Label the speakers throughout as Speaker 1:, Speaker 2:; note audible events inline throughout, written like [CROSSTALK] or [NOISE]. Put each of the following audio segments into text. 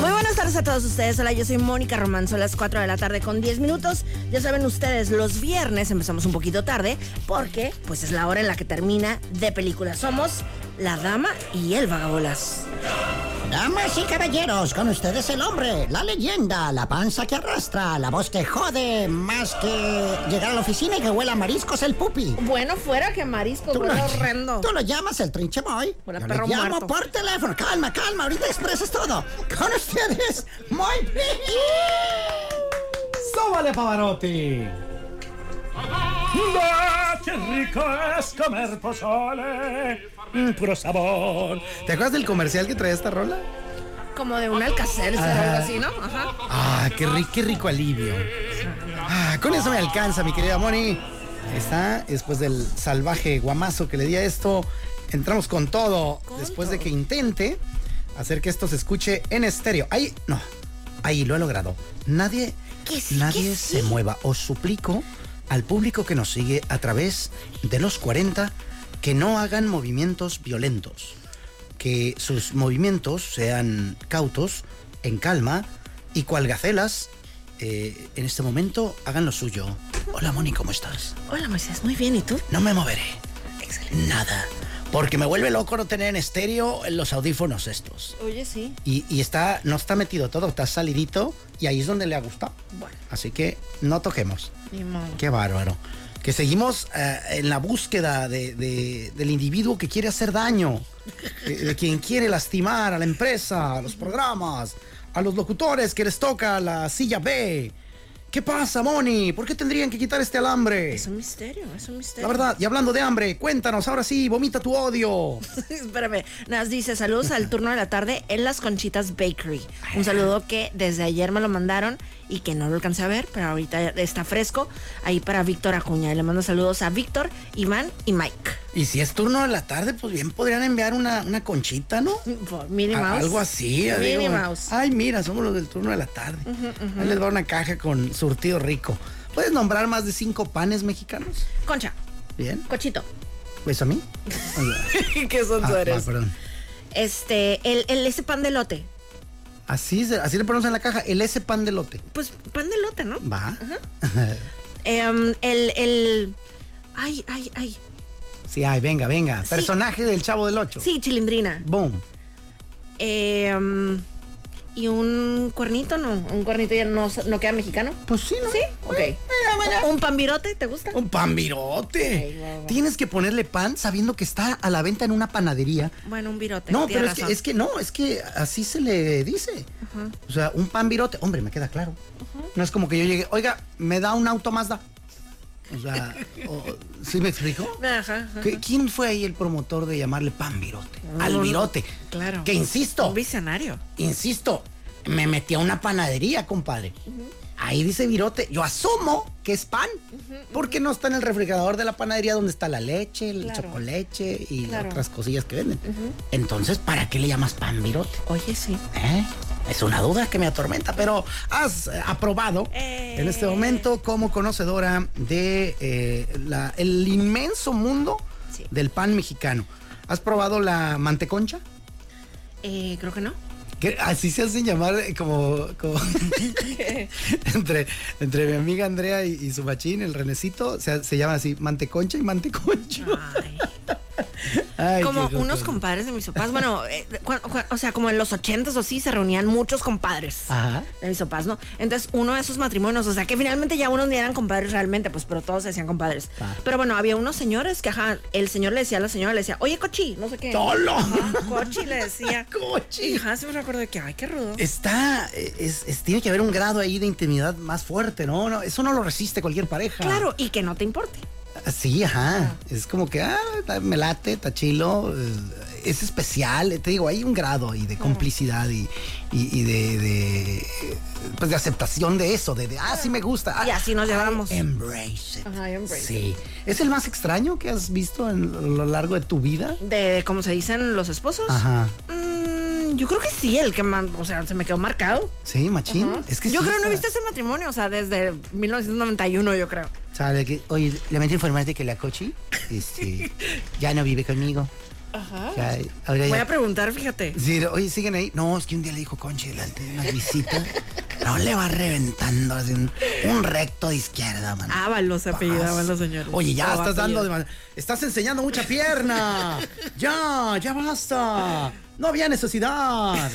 Speaker 1: Muy buenas tardes a todos ustedes. Hola, yo soy Mónica Román. Son las 4 de la tarde con 10 minutos. Ya saben ustedes, los viernes empezamos un poquito tarde porque pues es la hora en la que termina de película. Somos La Dama y el Vagabolas.
Speaker 2: Damas y caballeros, con ustedes el hombre, la leyenda, la panza que arrastra, la voz que jode, más que llegar a la oficina y que huela a mariscos el pupi.
Speaker 1: Bueno, fuera que marisco,
Speaker 2: Tú
Speaker 1: huele
Speaker 2: lo-
Speaker 1: horrendo.
Speaker 2: Tú lo llamas el trinche boy.
Speaker 1: Huele a
Speaker 2: Yo le
Speaker 1: perro
Speaker 2: llamo
Speaker 1: muerto.
Speaker 2: por teléfono. Calma, calma, ahorita expresas todo. Con ustedes, muy
Speaker 3: ¡Súbale, Pavarotti!
Speaker 4: ¡Ah, qué rico es comer pozole! Mm, puro sabor.
Speaker 3: ¿Te acuerdas del comercial que traía esta rola?
Speaker 1: Como de un alcacer, o algo así, ¿no? Ajá.
Speaker 3: Ah, qué, ri- qué rico alivio. Ah, con eso me alcanza, mi querida Moni. Ahí Está después del salvaje guamazo que le di a esto. Entramos con todo. Después de que intente hacer que esto se escuche en estéreo. Ahí, no. Ahí lo he logrado. Nadie,
Speaker 1: Que sí,
Speaker 3: nadie
Speaker 1: que
Speaker 3: se
Speaker 1: sí.
Speaker 3: mueva. Os suplico al público que nos sigue a través de los 40 que no hagan movimientos violentos. que sus movimientos sean cautos, en calma y cual gacelas, eh, en este momento hagan lo suyo. Hola Moni, ¿cómo estás?
Speaker 1: Hola, Moisés. Muy bien, ¿y tú?
Speaker 3: No me moveré. Nada. Porque me vuelve loco no tener en estéreo los audífonos estos.
Speaker 1: Oye, sí.
Speaker 3: Y, y está, no está metido todo, está salidito y ahí es donde le ha gustado.
Speaker 1: Bueno,
Speaker 3: Así que no toquemos.
Speaker 1: ni modo.
Speaker 3: Qué bárbaro. Que seguimos eh, en la búsqueda de- de- del individuo que quiere hacer daño, de, de quien quiere lastimar a la empresa, a los programas, a los locutores que les toca la silla B. ¿Qué pasa, Moni? ¿Por qué tendrían que quitar este alambre?
Speaker 1: Es un misterio, es un misterio.
Speaker 3: La verdad, y hablando de hambre, cuéntanos, ahora sí, vomita tu odio.
Speaker 1: [LAUGHS] Espérame, nos dice saludos al turno de la tarde en las Conchitas Bakery. Un saludo que desde ayer me lo mandaron y que no lo alcancé a ver, pero ahorita está fresco ahí para Víctor Acuña. Y le mando saludos a Víctor, Iván y Mike. [LAUGHS]
Speaker 3: Y si es turno de la tarde, pues bien podrían enviar una, una conchita, ¿no?
Speaker 1: Por Minnie
Speaker 3: A-
Speaker 1: Mouse.
Speaker 3: Algo así.
Speaker 1: Minnie
Speaker 3: digo,
Speaker 1: Mouse.
Speaker 3: Ay, mira, somos los del turno de la tarde. Ahí les va una caja con surtido rico. ¿Puedes nombrar más de cinco panes mexicanos?
Speaker 1: Concha,
Speaker 3: Bien.
Speaker 1: [LAUGHS] cochito.
Speaker 3: Pues a mí.
Speaker 1: [LAUGHS] ¿Qué son
Speaker 3: Ah, ah, perdón.
Speaker 1: Este, el, el- ese pan de lote.
Speaker 3: Así, se- así le ponemos en la caja el ese pan de lote.
Speaker 1: Pues pan de lote, ¿no?
Speaker 3: Va.
Speaker 1: Em, el, el. Ay, ay, ay.
Speaker 3: [LAUGHS] Sí, ay, venga, venga.
Speaker 1: Sí.
Speaker 3: Personaje del Chavo del Ocho.
Speaker 1: Sí, chilindrina.
Speaker 3: Boom.
Speaker 1: Em, y un cuernito, no. Un cuernito ya no, no queda mexicano.
Speaker 3: Pues sí, ¿no?
Speaker 1: Sí, ok. ¿Un pan virote te gusta?
Speaker 3: Un pan virote.
Speaker 1: Ay, guau, guau.
Speaker 3: Tienes que ponerle pan sabiendo que está a la venta en una panadería.
Speaker 1: Bueno, un virote.
Speaker 3: No,
Speaker 1: tienes
Speaker 3: pero es que,
Speaker 1: razón.
Speaker 3: es que no, es que así se le dice. O sea, un pan virote, hombre, me queda claro. No es como que yo llegue, oiga, me da un auto Mazda. O sea, o- ¿sí me explico?
Speaker 1: Ajá, ajá.
Speaker 3: ¿Qué- ¿Quién fue ahí el promotor de llamarle pan virote?
Speaker 1: No,
Speaker 3: Al
Speaker 1: no,
Speaker 3: virote.
Speaker 1: Claro.
Speaker 3: Que insisto,
Speaker 1: Un visionario.
Speaker 3: insisto, me metí a una panadería, compadre. Ahí dice virote, yo asumo que es pan, porque no está en el refrigerador de la panadería donde está la leche, el
Speaker 1: Claro.
Speaker 3: chocoleche y
Speaker 1: Claro.
Speaker 3: otras cosillas que venden. Entonces, ¿para qué le llamas pan virote?
Speaker 1: Oye, sí.
Speaker 3: ¿Eh? Es una duda que me atormenta, pero has eh, aprobado
Speaker 1: Eh.
Speaker 3: en este momento como conocedora de eh, la- el inmenso mundo
Speaker 1: Sí.
Speaker 3: del pan mexicano. ¿Has probado la manteconcha?
Speaker 1: Eh, creo que
Speaker 3: [LAUGHS]
Speaker 1: no.
Speaker 3: Que así se hacen llamar eh, como,
Speaker 1: [LAUGHS]
Speaker 3: como- entre, entre mi amiga Andrea y, y su machín, el renecito, se, se llaman así manteconcha y manteconcho.
Speaker 1: Ay.
Speaker 3: Ay,
Speaker 1: Ah. como
Speaker 3: qué
Speaker 1: unos
Speaker 3: cosa.
Speaker 1: compadres de mis papás. Bueno, eh, cu- cu- o sea, como en los ochentas o sí se reunían muchos compadres.
Speaker 3: Ajá.
Speaker 1: De mis papás, ¿no? Entonces, uno de esos matrimonios, o sea, que finalmente ya unos ni eran compadres realmente, pues, pero todos se hacían compadres.
Speaker 3: Ah.
Speaker 1: Pero bueno, había unos señores que, ajá, el señor le decía a la señora, le decía, oye, cochi, no sé qué.
Speaker 3: ¡Tolo!
Speaker 1: Ajá, cochi, le decía.
Speaker 3: [LAUGHS] Cochi.
Speaker 1: Ajá, se me recuerdo de que, ay, qué rudo.
Speaker 3: Está, eh, es, es- tiene que haber un grado ahí de intimidad más fuerte, ¿no? No, Eso no lo resiste cualquier pareja.
Speaker 1: Claro, y que no te importe.
Speaker 3: Sí, ajá. Es como que, ah, me late, está chilo. eh, Es especial. Te digo, hay un grado ahí de complicidad y, y- y de, de, pues, de aceptación de eso, de, de, ah, sí me gusta. ah, em.
Speaker 1: Y así nos llevamos.
Speaker 3: Embrace it.
Speaker 1: Ajá, embrace
Speaker 3: Sí. ¿Es el más extraño que has visto en- a lo largo de tu vida?
Speaker 1: De, cómo se dicen los esposos.
Speaker 3: Ajá.
Speaker 1: Mm, yo creo que sí, el que más, o sea, se me quedó marcado.
Speaker 3: Sí, machín. Es que
Speaker 1: yo
Speaker 3: sí
Speaker 1: creo no he
Speaker 3: está-
Speaker 1: visto ese matrimonio, o sea, desde 1991, yo creo.
Speaker 3: ¿Sabe que, oye, lamento informarte que la Cochi
Speaker 1: [LAUGHS]
Speaker 3: este, ya no vive conmigo. Ajá. ahora
Speaker 1: Voy
Speaker 3: ya-
Speaker 1: a preguntar, fíjate.
Speaker 3: Sí, oye, siguen ahí. No, es que un día le dijo Conchi delante de una visita. No le va reventando así un, un recto de izquierda, man.
Speaker 1: Ábalos se Ah, apellidaban los señores.
Speaker 3: Oye, ya
Speaker 1: O
Speaker 3: estás dando de
Speaker 1: apellido.
Speaker 3: man- Estás enseñando mucha pierna. Ya, ya basta. No había necesidad.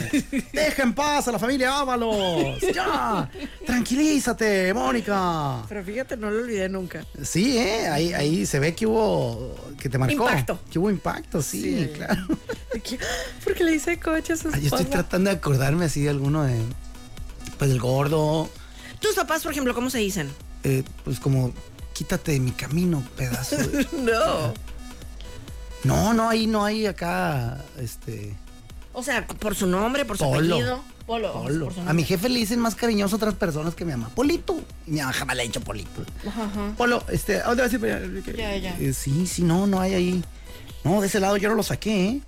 Speaker 3: Deja en paz a la familia Ábalos. Ya. Tranquilízate, Mónica.
Speaker 1: Pero fíjate, no lo olvidé nunca.
Speaker 3: Sí, ¿eh? ahí, ahí se ve que hubo. que te marcó.
Speaker 1: Impacto.
Speaker 3: Que hubo impacto, sí, claro.
Speaker 1: ¿Por qué le hice coche a su
Speaker 3: Ah, Yo estoy
Speaker 1: esposa?
Speaker 3: tratando de acordarme así de alguno de. Pues del gordo.
Speaker 1: Tus papás, por ejemplo, ¿cómo se dicen?
Speaker 3: eh, pues como, quítate de mi camino,
Speaker 1: [LAUGHS]
Speaker 3: pedazo. de-
Speaker 1: No.
Speaker 3: No, no, ahí no hay acá. Este.
Speaker 1: O sea, por su nombre, por su
Speaker 3: Polo.
Speaker 1: apellido. Polo.
Speaker 3: Polo.
Speaker 1: Por su
Speaker 3: A mi
Speaker 1: nombre.
Speaker 3: jefe le dicen más cariñoso a otras personas que me llama Polito. Y mi mamá jamás le ha dicho Polito. Polo, este, ¿a dónde vas a ir?
Speaker 1: Ya, ya.
Speaker 3: Eh, sí, sí, no, no hay ahí. No, de ese lado yo no lo saqué, ¿eh?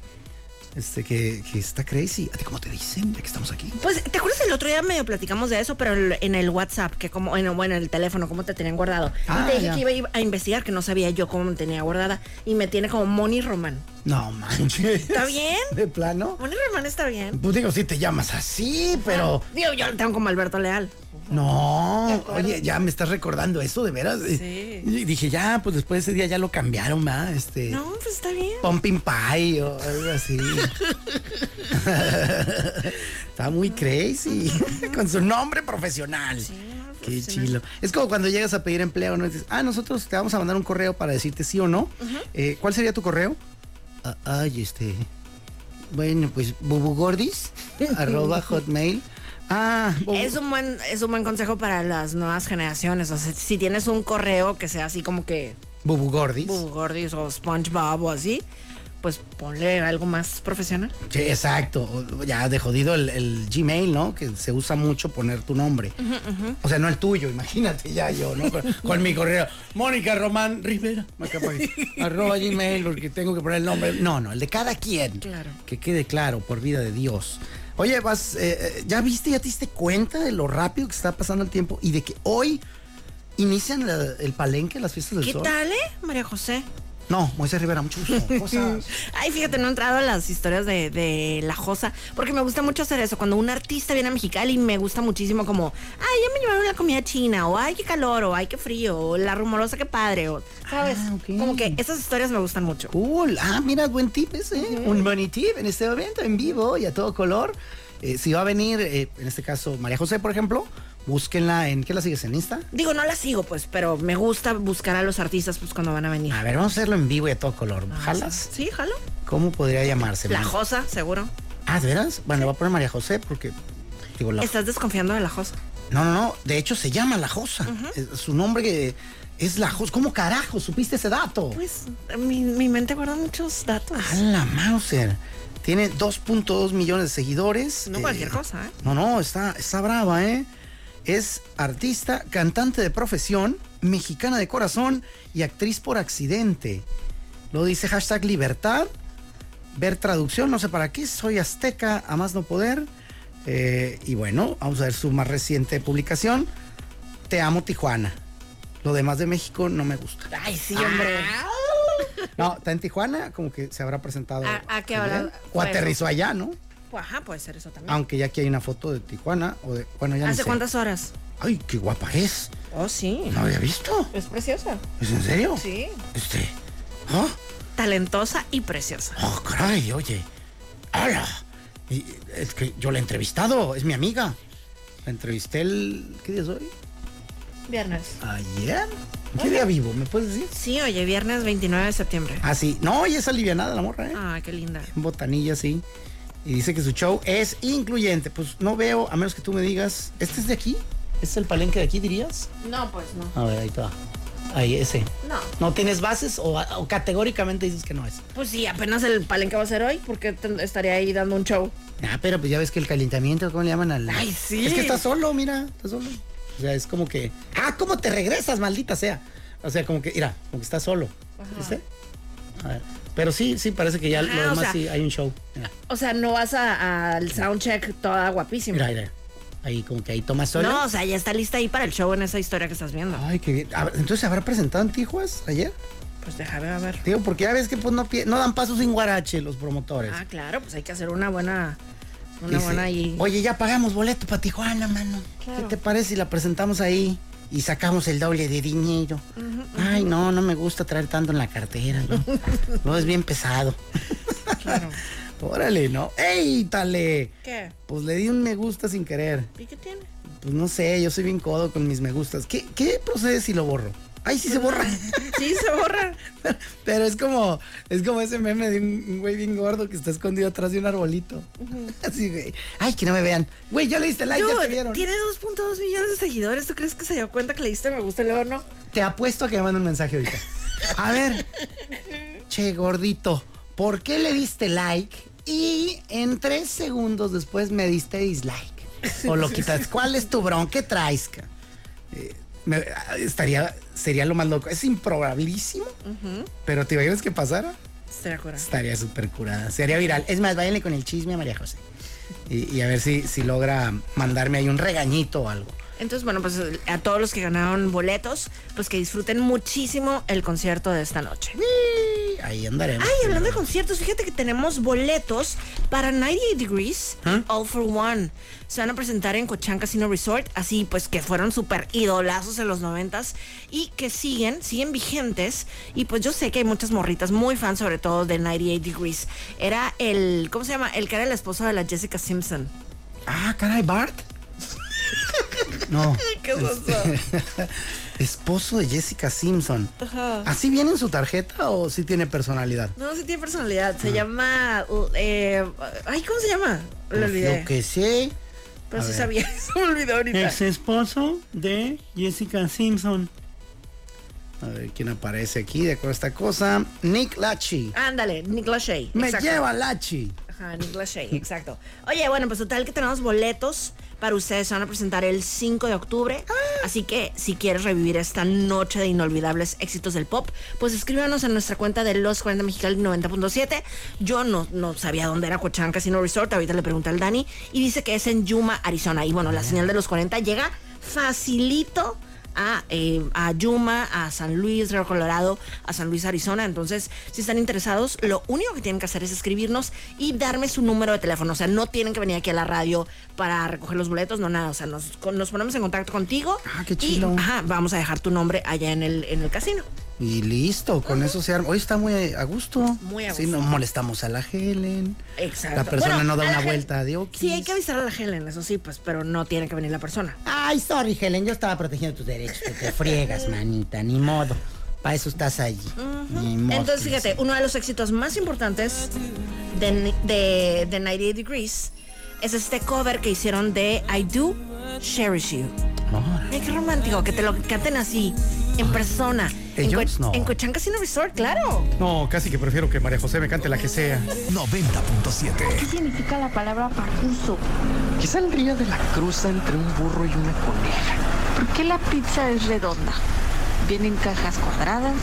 Speaker 3: Este, que, que está crazy. ¿A ti cómo te dicen? Ya que estamos aquí.
Speaker 1: Pues, ¿te acuerdas el otro día medio platicamos de eso, pero el- en el WhatsApp, que como, en, bueno, en el teléfono, cómo te tenían guardado? Y
Speaker 3: Ah,
Speaker 1: te dije
Speaker 3: ya.
Speaker 1: que iba a ir a investigar, que no sabía yo cómo me tenía guardada. Y me tiene como Moni Román.
Speaker 3: No manches.
Speaker 1: ¿Está bien?
Speaker 3: [LAUGHS] ¿De plano?
Speaker 1: Moni Román está bien.
Speaker 3: Pues digo, sí te llamas así, pero.
Speaker 1: Ah, Digo, yo lo tengo como Alberto Leal.
Speaker 3: No, oye, ya me estás recordando eso, de veras.
Speaker 1: Sí.
Speaker 3: Y dije, ya, pues después de ese día ya lo cambiaron, ¿verdad? Este.
Speaker 1: No, pues está bien.
Speaker 3: Pumping Pie o algo así. Está muy crazy. Con su nombre profesional. Qué chilo. Es como cuando llegas a pedir empleo, ¿no? Y dices, ah, nosotros te vamos a mandar un correo para decirte sí o no. Eh, ¿Cuál sería tu correo? Ah, ay, este. Bueno, pues [LAUGHS] bubugordis, arroba hotmail. Ah, bubu-
Speaker 1: Es un buen, es un buen consejo para las nuevas generaciones. O sea, si tienes un correo que sea así como que
Speaker 3: bubugordis.
Speaker 1: Boo Gordis o SpongeBob o así, pues ponle algo más profesional.
Speaker 3: Sí, exacto. O- Ya de jodido el, el Gmail, ¿no? Que se usa mucho poner tu nombre. O sea, no el tuyo, imagínate ya yo, ¿no? Con, con mi correo. Mónica Román Rivera. Macapay,
Speaker 1: [LAUGHS]
Speaker 3: arroba Gmail, porque tengo que poner el nombre. No, no, el de cada quien.
Speaker 1: Claro.
Speaker 3: Que quede claro, por vida de Dios. Oye, vas, eh, eh, ¿ya viste, ya te diste cuenta de lo rápido que está pasando el tiempo y de que hoy inician la- el palenque, las fiestas del
Speaker 1: ¿Qué
Speaker 3: sol?
Speaker 1: tal, eh, María José?
Speaker 3: No, Moisés Rivera, mucho
Speaker 1: [LAUGHS]
Speaker 3: gusto. Cosas.
Speaker 1: Ay, fíjate, no he entrado a las historias de, de la Josa, porque me gusta mucho hacer eso. Cuando un artista viene a Mexicali, me gusta muchísimo como, ay, ya me llevaron la comida china, o ay, qué calor, o ay, qué frío, o la rumorosa, qué padre, o, ¿sabes?
Speaker 3: Ah, ok.
Speaker 1: Como que esas historias me gustan mucho.
Speaker 3: Cool. Ah, mira, buen tip ese. ¿eh? Un money tip en este momento, en vivo y a todo color. Eh, si va a venir, eh, en este caso, María José, por ejemplo, búsquenla en. ¿Qué la sigues en Insta?
Speaker 1: Digo, no la sigo, pues, pero me gusta buscar a los artistas, pues, cuando van a venir.
Speaker 3: A ver, vamos a hacerlo en vivo y a todo color. Ah, ¿Jalas?
Speaker 1: Ah, Sí, jalo.
Speaker 3: ¿Cómo podría llamarse?
Speaker 1: La
Speaker 3: man?
Speaker 1: Josa, seguro.
Speaker 3: Ah, ¿de veras? Bueno, le voy a poner María José porque. Digo, la.
Speaker 1: Estás desconfiando de la Josa.
Speaker 3: No, no, no. De hecho, se llama La Josa. Eh, Su nombre que es La Josa. ¿Cómo carajo supiste ese dato?
Speaker 1: Pues mi, mi mente guarda muchos datos.
Speaker 3: A la Mauser. Tiene 2.2 millones de seguidores.
Speaker 1: No cualquier cosa, ¿eh?
Speaker 3: No, no, está, está brava, ¿eh? Es artista, cantante de profesión, mexicana de corazón y actriz por accidente. Lo dice hashtag libertad. Ver traducción, no sé para qué. Soy azteca, a más no poder. Eh, y bueno, vamos a ver su más reciente publicación. Te amo Tijuana. Lo demás de México no me gusta. Ah.
Speaker 1: Ay, sí, hombre.
Speaker 3: No, está en Tijuana, como que se habrá presentado.
Speaker 1: ¿A- a qué
Speaker 3: allá.
Speaker 1: hora
Speaker 3: O
Speaker 1: fue?
Speaker 3: aterrizó allá, ¿no?
Speaker 1: Ajá, puede ser eso también.
Speaker 3: Aunque ya aquí hay una foto de Tijuana o de. Bueno, ya ni
Speaker 1: ¿Hace
Speaker 3: sé.
Speaker 1: cuántas horas?
Speaker 3: Ay, qué guapa es.
Speaker 1: Oh, sí.
Speaker 3: No había visto.
Speaker 1: Es preciosa.
Speaker 3: ¿Es en serio?
Speaker 1: Sí.
Speaker 3: Este. ¿Ah?
Speaker 1: Talentosa y preciosa.
Speaker 3: Oh, caray, oye. ¡Hala! Y, es que yo la he entrevistado, es mi amiga. La entrevisté el. ¿Qué día es hoy?
Speaker 1: Viernes.
Speaker 3: ¿Ayer? ¿Qué día vivo? ¿Me puedes decir?
Speaker 1: Sí, oye, viernes 29 de septiembre.
Speaker 3: Ah, sí. No, y es alivianada la morra, ¿eh?
Speaker 1: Ay, qué linda.
Speaker 3: botanilla, sí. Y dice que su show es incluyente. Pues no veo, a menos que tú me digas, ¿este es de aquí? ¿Este es el palenque de aquí, dirías?
Speaker 1: No, pues no.
Speaker 3: A ver, ahí está. ahí ese.
Speaker 1: No.
Speaker 3: ¿No tienes bases o, o categóricamente dices que no es?
Speaker 1: Pues sí, apenas el palenque va a ser hoy, porque ten- estaré ahí dando un show.
Speaker 3: Ah, pero pues ya ves que el calentamiento, ¿cómo le llaman al...?
Speaker 1: Ay, sí.
Speaker 3: Es que está solo, mira, está solo. O sea, es como que... Ah, ¿cómo te regresas, maldita sea? O sea, como que, mira, como que está solo. ¿Viste? A ver. Pero sí, sí, parece que ya lo
Speaker 1: Ajá, o
Speaker 3: demás
Speaker 1: sea-
Speaker 3: sí hay un show. [LAUGHS] Mira,
Speaker 1: O sea, no vas a- al soundcheck toda guapísima.
Speaker 3: mira, mira. Ahí como que ahí tomas solo.
Speaker 1: No, o sea, ya está lista ahí para el show en esa historia que estás viendo.
Speaker 3: Ay, qué bien. A ver, Entonces, ¿habrá presentado en Tijuas ayer?
Speaker 1: Pues déjame a ver.
Speaker 3: Digo, porque ya ves que pues no, pie- no dan pasos sin guarache los promotores.
Speaker 1: Ah, claro, pues hay que hacer una buena. Una
Speaker 3: Dice,
Speaker 1: buena y.
Speaker 3: Oye, ya pagamos boleto para Tijuana, mano. ¿Qué te parece si la presentamos ahí y sacamos el doble de dinero? Ay, no, no me gusta traer tanto en la cartera.
Speaker 1: [LAUGHS]
Speaker 3: No, No, es bien pesado.
Speaker 1: Claro.
Speaker 3: Órale, ¿no? ¡Ey, tale!
Speaker 1: ¿Qué?
Speaker 3: Pues le di un me gusta sin querer.
Speaker 1: ¿Y qué tiene?
Speaker 3: Pues no sé, yo soy bien codo con mis me gustas. ¿Qué, qué procede si lo borro? Ay, sí se
Speaker 1: [LAUGHS]
Speaker 3: borra.
Speaker 1: Sí, se borra.
Speaker 3: Pero, es como, es como ese meme de un un güey bien gordo que está escondido atrás de un arbolito. [LAUGHS] Así, güey. Ay, que no me vean. Güey, ya le diste [LAUGHS] like, ya te
Speaker 1: Dude,
Speaker 3: vieron.
Speaker 1: tiene 2.2 millones de seguidores. ¿Tú crees que se dio cuenta que le diste me gusta y luego no?
Speaker 3: Te apuesto a que me manden un mensaje ahorita. A ver. Che, gordito, ¿por qué le diste like y en tres segundos después me diste dislike? O lo quitas. ¿Cuál es tu bron? ¿Qué traes? ca? Eh, me- estaría, sería lo más loco. Es improbabilísimo, pero ¿te imaginas que pasara?
Speaker 1: Se la cura.
Speaker 3: Estaría súper curada. Sería viral. Es más, váyanle con el chisme a María José. Y, y a ver si, si logra mandarme ahí un regañito o algo.
Speaker 1: Entonces, bueno, pues a todos los que ganaron boletos, pues que disfruten muchísimo el concierto de esta noche.
Speaker 3: Y Ahí andaremos.
Speaker 1: Ay, hablando de conciertos, fíjate que tenemos boletos para 98 Degrees,
Speaker 3: ¿Mm?
Speaker 1: All for One. Se van a presentar en Cochán Casino Resort, así pues que fueron súper idolazos en los noventas y que siguen, siguen vigentes. Y pues yo sé que hay muchas morritas muy fans, sobre todo de 98 Degrees. Era el, ¿cómo se llama? El que era el esposo de la Jessica Simpson.
Speaker 3: Ah,
Speaker 1: [LAUGHS]
Speaker 3: caray, Bart. No.
Speaker 1: ¿Qué
Speaker 3: Este. Esposo de Jessica Simpson. ¿Así viene en su tarjeta o sí tiene personalidad?
Speaker 1: No, sí tiene personalidad.
Speaker 3: Mm.
Speaker 1: Se llama, uh, eh, ay, ¿cómo se llama? Lo
Speaker 3: Pues,
Speaker 1: olvidé.
Speaker 3: Lo que sé.
Speaker 1: Pero
Speaker 3: a
Speaker 1: sí
Speaker 3: ver.
Speaker 1: sabía, [LAUGHS] se me olvidó ahorita.
Speaker 3: esposo de Jessica Simpson. A ver quién aparece aquí, de acuerdo a esta cosa. Nick Lachi.
Speaker 1: Ándale, Nick Lachey.
Speaker 3: Me
Speaker 1: exacto.
Speaker 3: lleva Lachi.
Speaker 1: Ajá, Nick Lachey, exacto. Oye, bueno, pues total que tenemos boletos para ustedes. Se van a presentar el 5 de octubre. Así que si quieres revivir esta noche de inolvidables éxitos del pop, pues escríbanos en nuestra cuenta de los 40 Mexicali 90.7. Yo no, no sabía dónde era Cochán Casino Resort. Ahorita le pregunté al Dani y dice que es en Yuma, Arizona. Y bueno, la señal de los 40 llega facilito a, eh, a Yuma, a San Luis, Río Colorado, a San Luis, Arizona. Entonces, si están interesados, lo único que tienen que hacer es escribirnos y darme su número de teléfono. O sea, no tienen que venir aquí a la radio para recoger los boletos, no nada. O sea, nos, con- nos ponemos en contacto contigo.
Speaker 3: Ah, qué chido.
Speaker 1: Y, ajá, vamos a dejar tu nombre allá en el, en el casino.
Speaker 3: Y listo, con eso se arma. Hoy está muy a gusto.
Speaker 1: Muy a
Speaker 3: Sí,
Speaker 1: gusto.
Speaker 3: no molestamos a la Helen.
Speaker 1: Exacto.
Speaker 3: La persona
Speaker 1: Bueno,
Speaker 3: no da
Speaker 1: a la
Speaker 3: una
Speaker 1: Hel-
Speaker 3: vuelta a Diokis.
Speaker 1: Sí, hay que avisar a la Helen, eso sí, pues, pero no tiene que venir la persona.
Speaker 3: Ay, sorry, Helen, yo estaba protegiendo tus derechos. que
Speaker 1: [LAUGHS]
Speaker 3: te friegas, manita, ni modo. Para eso estás allí. Ni modo.
Speaker 1: Entonces, fíjate, uno de los éxitos más importantes de, de, de 98 Degrees es este cover que hicieron de I Do Cherish You.
Speaker 3: Ahora.
Speaker 1: Ay, qué romántico, que te lo canten así, en persona. en,
Speaker 3: ¿Ellos?
Speaker 1: Cue-
Speaker 3: No.
Speaker 1: en Cochán Casino Resort, claro.
Speaker 5: No, casi que prefiero que María José me cante la que sea.
Speaker 6: 90.7.
Speaker 7: ¿Qué significa la palabra pacuso?
Speaker 8: ¿Qué saldría de la cruz entre un burro y una coneja?
Speaker 7: ¿Por qué la pizza es redonda? Viene en cajas cuadradas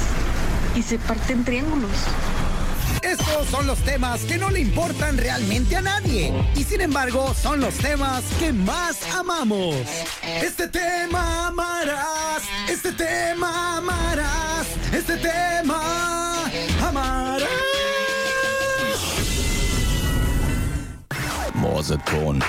Speaker 7: y se parte en triángulos.
Speaker 3: Estos son los temas que no le importan realmente a nadie. Y sin embargo, son los temas que más amamos. Este tema amarás. Este tema amarás. Este tema amarás.
Speaker 9: Morseton.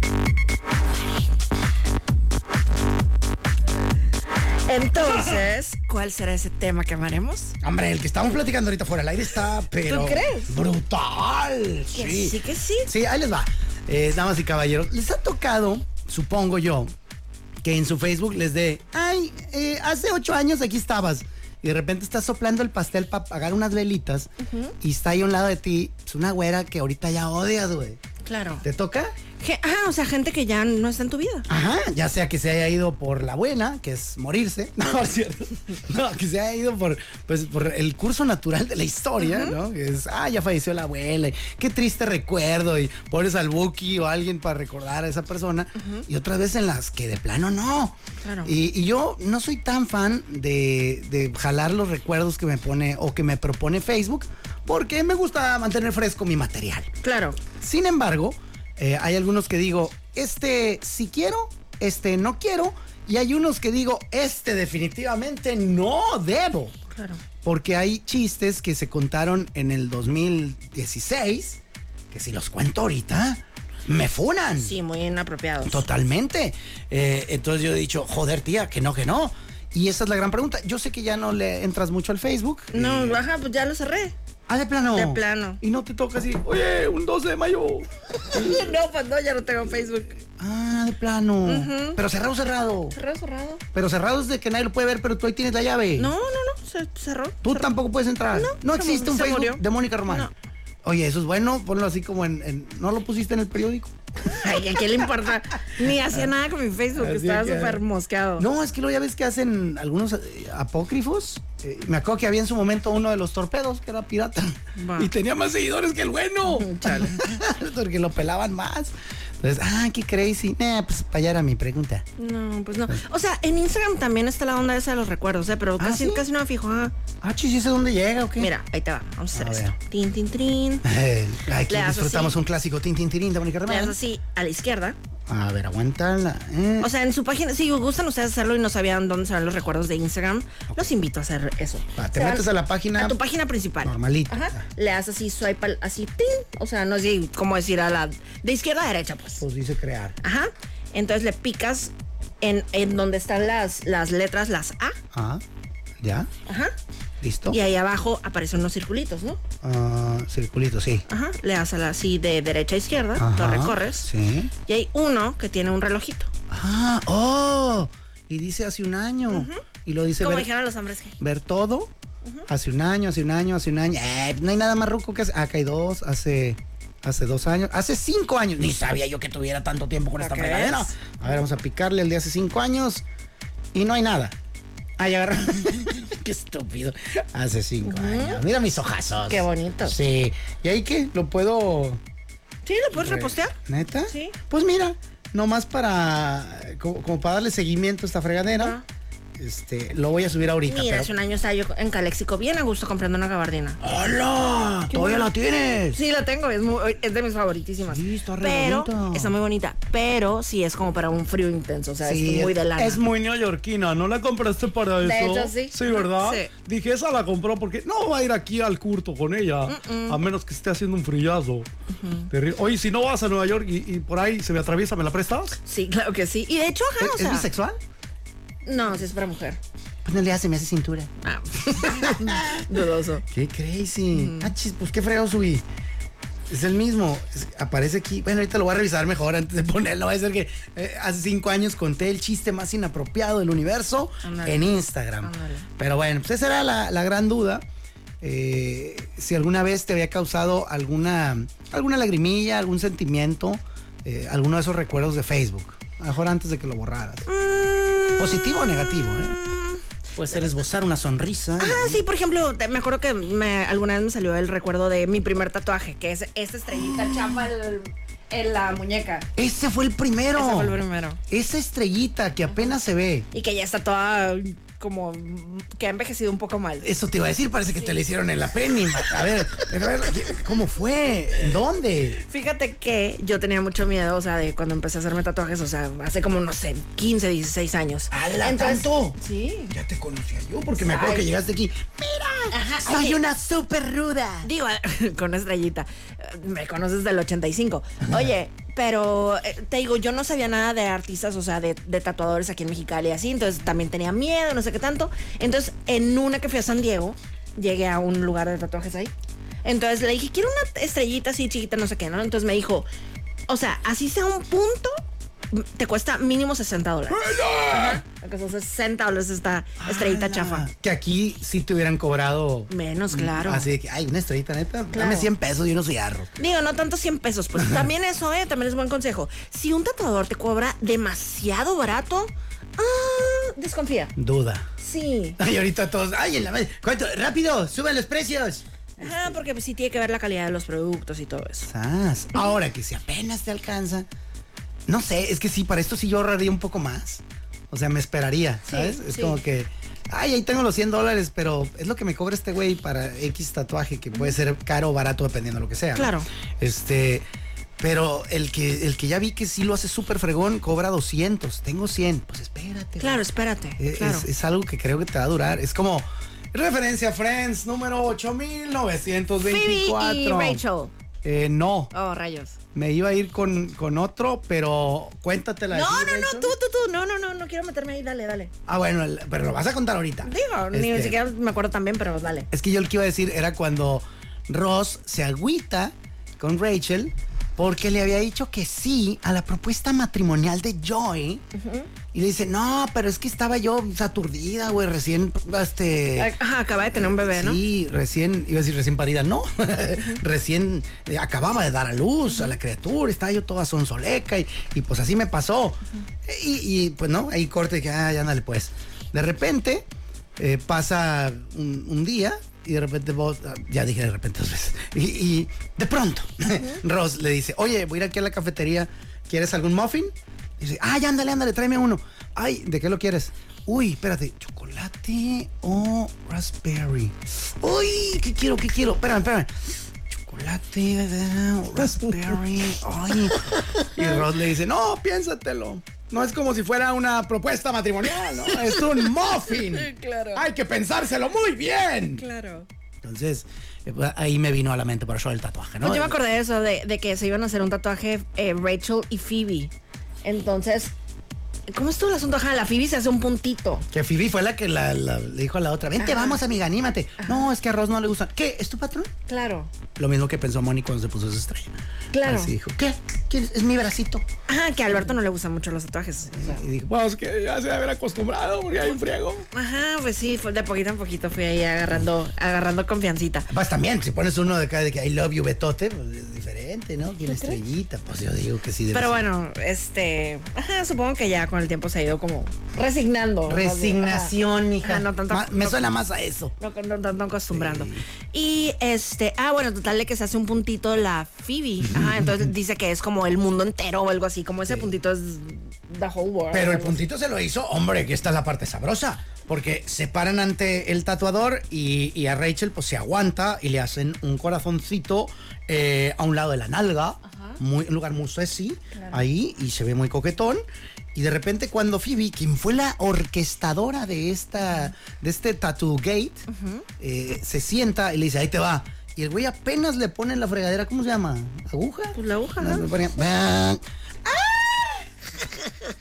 Speaker 1: [LAUGHS] Entonces, ¿cuál será ese tema que amaremos?
Speaker 3: Hombre, el que estamos platicando ahorita fuera del aire está, pero.
Speaker 1: crees?
Speaker 3: Brutal.
Speaker 1: Que
Speaker 3: sí.
Speaker 1: sí, que sí.
Speaker 3: Sí, ahí les va. Eh, damas y caballeros, les ha tocado, supongo yo, que en su Facebook les dé, ay, eh, hace ocho años aquí estabas. Y de repente estás soplando el pastel para pagar unas velitas y está ahí a un lado de ti pues, una güera que ahorita ya odias, güey.
Speaker 1: Claro.
Speaker 3: ¿Te toca?
Speaker 1: Je- ah, o sea, gente que ya no está en tu vida.
Speaker 3: Ajá, ya sea que se haya ido por la buena, que es morirse, [LAUGHS] no, es cierto. No, que se haya ido por, pues, por el curso natural de la historia, ¿no? Que es, ah, ya falleció la abuela, y qué triste recuerdo, y pones al Buki o a alguien para recordar a esa persona, y otras veces en las que de plano no.
Speaker 1: Claro.
Speaker 3: Y, y yo no soy tan fan de, de jalar los recuerdos que me pone o que me propone Facebook, porque me gusta mantener fresco mi material.
Speaker 1: Claro.
Speaker 3: Sin embargo, eh, hay algunos que digo, este sí quiero, este no quiero, y hay unos que digo, este definitivamente no debo.
Speaker 1: Claro.
Speaker 3: Porque hay chistes que se contaron en el 2016, que si los cuento ahorita, me funan.
Speaker 1: Sí, muy inapropiados.
Speaker 3: Totalmente. Eh, entonces yo he dicho, joder, tía, que no, que no. Y esa es la gran pregunta. Yo sé que ya no le entras mucho al Facebook.
Speaker 1: No,
Speaker 3: Eh,
Speaker 1: baja, pues ya lo cerré.
Speaker 3: Ah, de plano.
Speaker 1: De plano.
Speaker 3: Y no te toca así, oye, un 12 de mayo.
Speaker 1: [LAUGHS] no, pues no, ya no tengo Facebook.
Speaker 3: Ah, de plano. Pero cerrado, cerrado.
Speaker 1: ¿Cerrado, cerrado?
Speaker 3: Pero cerrado es de que nadie lo puede ver, pero tú ahí tienes la llave.
Speaker 1: No, no, no, se cerró.
Speaker 3: Tú tampoco puedes entrar.
Speaker 1: No,
Speaker 3: No,
Speaker 1: se murió,
Speaker 3: existe un
Speaker 1: se
Speaker 3: Facebook
Speaker 1: murió.
Speaker 3: de Mónica Román.
Speaker 1: No.
Speaker 3: Oye, eso es bueno, ponlo así como en, en- ¿No lo pusiste en el periódico?
Speaker 1: [LAUGHS] Ay, ¿a quién le importa? Ni hacía nada con mi Facebook,
Speaker 3: Ah. Así
Speaker 1: estaba
Speaker 3: que- ah.
Speaker 1: súper mosqueado.
Speaker 3: No, es que luego ya ves que hacen algunos eh, apócrifos. Eh, me acuerdo que había en su momento uno de los torpedos, que era pirata.
Speaker 1: Va.
Speaker 3: Y tenía más seguidores que el bueno. [LAUGHS] Porque lo pelaban más. Entonces, ah, qué crazy. Nah, pues para allá era mi pregunta.
Speaker 1: No, pues no. O sea, en Instagram también está la onda esa de los recuerdos, ¿eh? Pero
Speaker 3: ¿Ah,
Speaker 1: casi,
Speaker 3: sí?
Speaker 1: casi no me fijo. ah.
Speaker 3: Ah, chis, ¿y ese dónde llega o qué?
Speaker 1: Mira, ahí te va. Vamos a hacer
Speaker 3: A
Speaker 1: esto. Tin, tin,
Speaker 3: [LAUGHS]
Speaker 1: tin.
Speaker 3: Eh, aquí
Speaker 1: Le das
Speaker 3: disfrutamos
Speaker 1: así.
Speaker 3: un clásico tin tin tirín de Mónica
Speaker 1: Le das
Speaker 3: Román.
Speaker 1: así a la izquierda.
Speaker 3: A ver, aguántala. eh.
Speaker 1: O sea, en su página, si gustan ustedes hacerlo y no sabían dónde serán los recuerdos de Instagram, los invito a hacer eso.
Speaker 3: Va, te
Speaker 1: Se van
Speaker 3: metes a la página.
Speaker 1: A tu página principal.
Speaker 3: Normalita.
Speaker 1: Ajá. Le das así swipe al- así, tin. O sea, no sé cómo decir a la. De izquierda a derecha, pues.
Speaker 3: Pues dice crear.
Speaker 1: Ajá. Entonces le picas en, en donde están las, las letras, las A.
Speaker 3: Ah, ya,
Speaker 1: Ajá.
Speaker 3: listo.
Speaker 1: Y ahí abajo aparecen unos circulitos, ¿no?
Speaker 3: Ah, circulito, sí.
Speaker 1: Ajá. Le das a la así de derecha a izquierda. Lo
Speaker 3: Ajá,
Speaker 1: recorres.
Speaker 3: Sí.
Speaker 1: Y hay uno que tiene un relojito.
Speaker 3: Ah, oh. Y dice hace un año. Y lo dice
Speaker 1: Como
Speaker 3: ver,
Speaker 1: dijeron los hombres que.
Speaker 3: ver todo. Hace un año, hace un año, hace un año. Eh, no hay nada más ruco que hace. Ah, Acá hay dos, hace. Hace dos años, hace cinco años. Ni sabía yo que tuviera tanto tiempo con esta
Speaker 1: ¿Para qué
Speaker 3: fregadera.
Speaker 1: es?
Speaker 3: A ver, vamos a picarle el de hace cinco años y no hay nada. Ahí agarra. [LAUGHS] qué estúpido. Hace cinco años. Mira mis hojazos.
Speaker 1: Qué bonito.
Speaker 3: Sí. ¿Y ahí qué? ¿Lo puedo
Speaker 1: Sí, lo puedes repostear.
Speaker 3: ¿Neta?
Speaker 1: Sí.
Speaker 3: Pues mira, nomás para. Como, como para darle seguimiento a esta fregadera. Este, lo voy a subir ahorita.
Speaker 1: Mira,
Speaker 3: pero-
Speaker 1: hace un año estaba yo en Caléxico bien a gusto comprando una gabardina.
Speaker 3: ¡Hola! ¿Todavía la tienes?
Speaker 1: Sí, la tengo, es, muy- es de mis favoritísimas.
Speaker 3: Sí, está re
Speaker 1: pero
Speaker 3: bonita.
Speaker 1: está muy bonita, pero sí es como para un frío intenso, o sea, es muy de lana.
Speaker 5: Es muy neoyorquina, ¿no la compraste para eso?
Speaker 1: De hecho, sí.
Speaker 5: Sí, ¿verdad?
Speaker 1: Sí.
Speaker 5: Dije, esa la compró porque no va a ir aquí al curto con ella, a menos que esté haciendo un frillazo. Terri- Oye, si no vas a Nueva York y, y por ahí se me atraviesa, ¿me la prestas?
Speaker 1: Sí, claro que sí. Y de hecho, ajá,
Speaker 3: ¿Es,
Speaker 1: o
Speaker 3: es
Speaker 1: sea,
Speaker 3: bisexual?
Speaker 1: No, sí es para mujer.
Speaker 3: Pues no le hace, me hace cintura.
Speaker 1: Ah. [LAUGHS] Dudoso.
Speaker 3: ¡Qué crazy! Ah, chis, pues qué fregado subí. Es el mismo. Es- aparece aquí. Bueno, ahorita lo voy a revisar mejor antes de [LAUGHS] ponerlo. Va a ser que eh, hace cinco años conté el chiste más inapropiado del universo
Speaker 1: Ándale.
Speaker 3: en Instagram.
Speaker 1: Ándale.
Speaker 3: Pero bueno, pues esa era la, la gran duda. Eh, si alguna vez te había causado alguna, alguna lagrimilla, algún sentimiento, eh, alguno de esos recuerdos de Facebook. A lo Mejor antes de que lo borraras.
Speaker 1: Mm.
Speaker 3: Positivo o negativo, ¿eh? Puede ser esbozar una sonrisa.
Speaker 1: Ah, sí, por ejemplo, te- me acuerdo que me- alguna vez me salió el recuerdo de mi primer tatuaje, que es esta estrellita chapa en- en la muñeca.
Speaker 3: Ese fue el primero.
Speaker 1: Ese fue el primero.
Speaker 3: Esa estrellita que apenas se ve.
Speaker 1: Y que ya está toda como que ha envejecido un poco mal.
Speaker 3: Eso te iba a decir, parece que te la hicieron en la penny. A ver, a ver, ¿cómo fue? ¿En ¿Dónde?
Speaker 1: Fíjate que yo tenía mucho miedo, o sea, de cuando empecé a hacerme tatuajes, o sea, hace como, no sé, 15, 16 años.
Speaker 3: ¡Hala,
Speaker 1: Entonces-
Speaker 3: tanto!
Speaker 1: Sí.
Speaker 3: Ya te conocía yo, porque me acuerdo
Speaker 1: Ay.
Speaker 3: que llegaste aquí. ¡Mira! ¡Soy
Speaker 1: ok.
Speaker 3: una súper ruda!
Speaker 1: Digo, [LAUGHS] con una estrellita. Me conoces del 85. Oye, pero eh, te digo, yo no sabía nada de artistas, o sea, de, de tatuadores aquí en Mexicali y así, entonces también tenía miedo, no sé qué tanto. Entonces, en una que fui a San Diego, llegué a un lugar de tatuajes ahí. Entonces le dije, quiero una estrellita así chiquita, no sé qué, ¿no? Entonces me dijo, o sea, así sea un punto, te cuesta mínimo 60 dólares. Ajá,
Speaker 6: Ah.
Speaker 1: Lo que son 60 dólares esta estrellita
Speaker 3: ¡Hala!
Speaker 1: chafa.
Speaker 3: Ah, Que aquí sí te hubieran cobrado.
Speaker 1: Menos, claro.
Speaker 3: Así de que, ay, una estrellita neta,
Speaker 1: Claro.
Speaker 3: dame 100 pesos y unos cigarros.
Speaker 1: Digo, no tanto 100 pesos, pues
Speaker 3: [LAUGHS]
Speaker 1: también eso, ¿eh? También es buen consejo. Si un tatuador te cobra demasiado barato, ah, desconfía.
Speaker 3: Duda. [LAUGHS]
Speaker 1: Sí.
Speaker 3: Y ahorita todos, ay, en la madre, ¿cuánto? ¡Rápido! ¡Suben los precios!
Speaker 1: Ajá, porque pues, sí tiene que ver la calidad de los productos y todo eso.
Speaker 3: Sas. Ahora que si apenas te alcanza. No sé, es que sí, para esto sí yo ahorraría un poco más. O sea, me esperaría, ¿sabes? es
Speaker 1: sí.
Speaker 3: como que, ay, ahí tengo los 100 dólares, pero es lo que me cobra este güey para X tatuaje, que puede ser caro o barato dependiendo de lo que sea. ¿no?
Speaker 1: Claro.
Speaker 3: Este, pero el que, el que ya vi que sí lo hace súper fregón, cobra 200. Tengo 100. Pues espérate. güey.
Speaker 1: Claro, espérate.
Speaker 3: Es,
Speaker 1: claro.
Speaker 3: es- es algo que creo que te va a durar. Es como referencia a Friends número 8924.
Speaker 1: Phoebe y Rachel.
Speaker 3: Eh, no,
Speaker 1: Oh, rayos.
Speaker 3: me iba a ir con, con otro, pero cuéntatela.
Speaker 1: No,
Speaker 3: ¿sí,
Speaker 1: no, no,
Speaker 3: Rachel?
Speaker 1: tú, tú, tú. No, no, no, no quiero meterme ahí. Dale, dale.
Speaker 3: Ah, bueno, el- pero lo vas a contar ahorita.
Speaker 1: Digo, ni
Speaker 3: Este,
Speaker 1: siquiera me acuerdo también, pero pues, dale.
Speaker 3: Es que yo lo que iba a decir era cuando Ross se agüita con Rachel porque le había dicho que sí a la propuesta matrimonial de Joy. Y le dice, no, pero es que estaba yo aturdida, güey, recién, este...
Speaker 1: Ajá, acaba de tener un bebé, ¿no?
Speaker 3: Sí, recién, iba a decir recién parida, no. [LAUGHS] recién eh, acababa de dar a luz a la criatura, estaba yo toda sonsoleca y, y pues así me pasó. y, y, pues no, ahí corte que, ah, ya ándale pues. De repente eh, pasa un, un día y de repente vos, ah, ya dije de repente dos veces, y, y de pronto [LAUGHS] Ross le dice, oye, voy a ir aquí a la cafetería, ¿quieres algún muffin? Y dice, ay, ándale, ándale, tráeme uno. Ay, ¿de qué lo quieres? Uy, espérate, ¿chocolate o raspberry? Uy, ¿qué quiero, qué quiero? Espérame, espérame. Chocolate eh, o raspberry. Ay. Y Ross le dice, no, piénsatelo. No es como si fuera una propuesta matrimonial, ¿no? Es un muffin.
Speaker 1: [LAUGHS] Claro.
Speaker 3: Hay que pensárselo muy bien.
Speaker 1: Claro.
Speaker 3: Entonces, eh, pues, ahí me vino a la mente por eso el tatuaje, ¿no?
Speaker 1: Pues yo me acordé de eso, de, de que se iban a hacer un tatuaje eh, Rachel y Phoebe. Entonces, ¿cómo estuvo el asunto? Ajá, la Phoebe se hace un puntito.
Speaker 3: Que Phoebe fue la que la- la- le dijo a la otra, vente, vamos amiga, anímate. No, es que a Ross no le gusta. ¿Qué? ¿Es tu patrón?
Speaker 1: Claro.
Speaker 3: Lo mismo que pensó Moni cuando se puso esa estrella.
Speaker 1: Claro.
Speaker 3: Así dijo, ¿qué? ¿Quién es? Es mi bracito.
Speaker 1: Ajá, que a Alberto no le gustan mucho los tatuajes. o sea.
Speaker 3: Y dijo, "Pues,
Speaker 5: Bueno, es que ya se debe haber acostumbrado porque hay un friego.
Speaker 1: Ajá, pues sí, fue de poquito en poquito fui ahí agarrando, agarrando confiancita.
Speaker 3: Vas pues, también, si pones uno de acá de que I love you Betote, pues es diferente, ¿no? Tiene estrellita, pues yo digo que sí. debe
Speaker 1: Pero
Speaker 3: ser.
Speaker 1: bueno, este, ajá, supongo que ya con el tiempo se ha ido como resignando. más bien. Ajá.
Speaker 3: Resignación, hija.
Speaker 1: Ajá, Ah, no tanto.
Speaker 3: Ma- me
Speaker 1: no-
Speaker 3: suena más a eso.
Speaker 1: No, no, no, no acostumbrando. Y este, ah, bueno, total de que se hace un puntito la Phoebe. Ajá, entonces dice que es como el mundo entero o algo así, como ese puntito es the whole world.
Speaker 3: Pero el
Speaker 1: algo así.
Speaker 3: puntito se lo hizo, hombre, que esta es la parte sabrosa. Porque se paran ante el tatuador y, y a Rachel pues se aguanta y le hacen un corazoncito eh, a un lado de la nalga. Muy, un lugar muy sexy ahí y se ve muy coquetón. Y de repente cuando Phoebe, quien fue la orquestadora de, esta, de este Tattoo Gate, eh, se sienta y le dice, ahí te va. Y el güey apenas le pone en la fregadera, ¿cómo se llama? ¿Aguja?
Speaker 1: Pues la aguja,
Speaker 3: No,
Speaker 1: ¿no?
Speaker 3: le ponía, "Ah".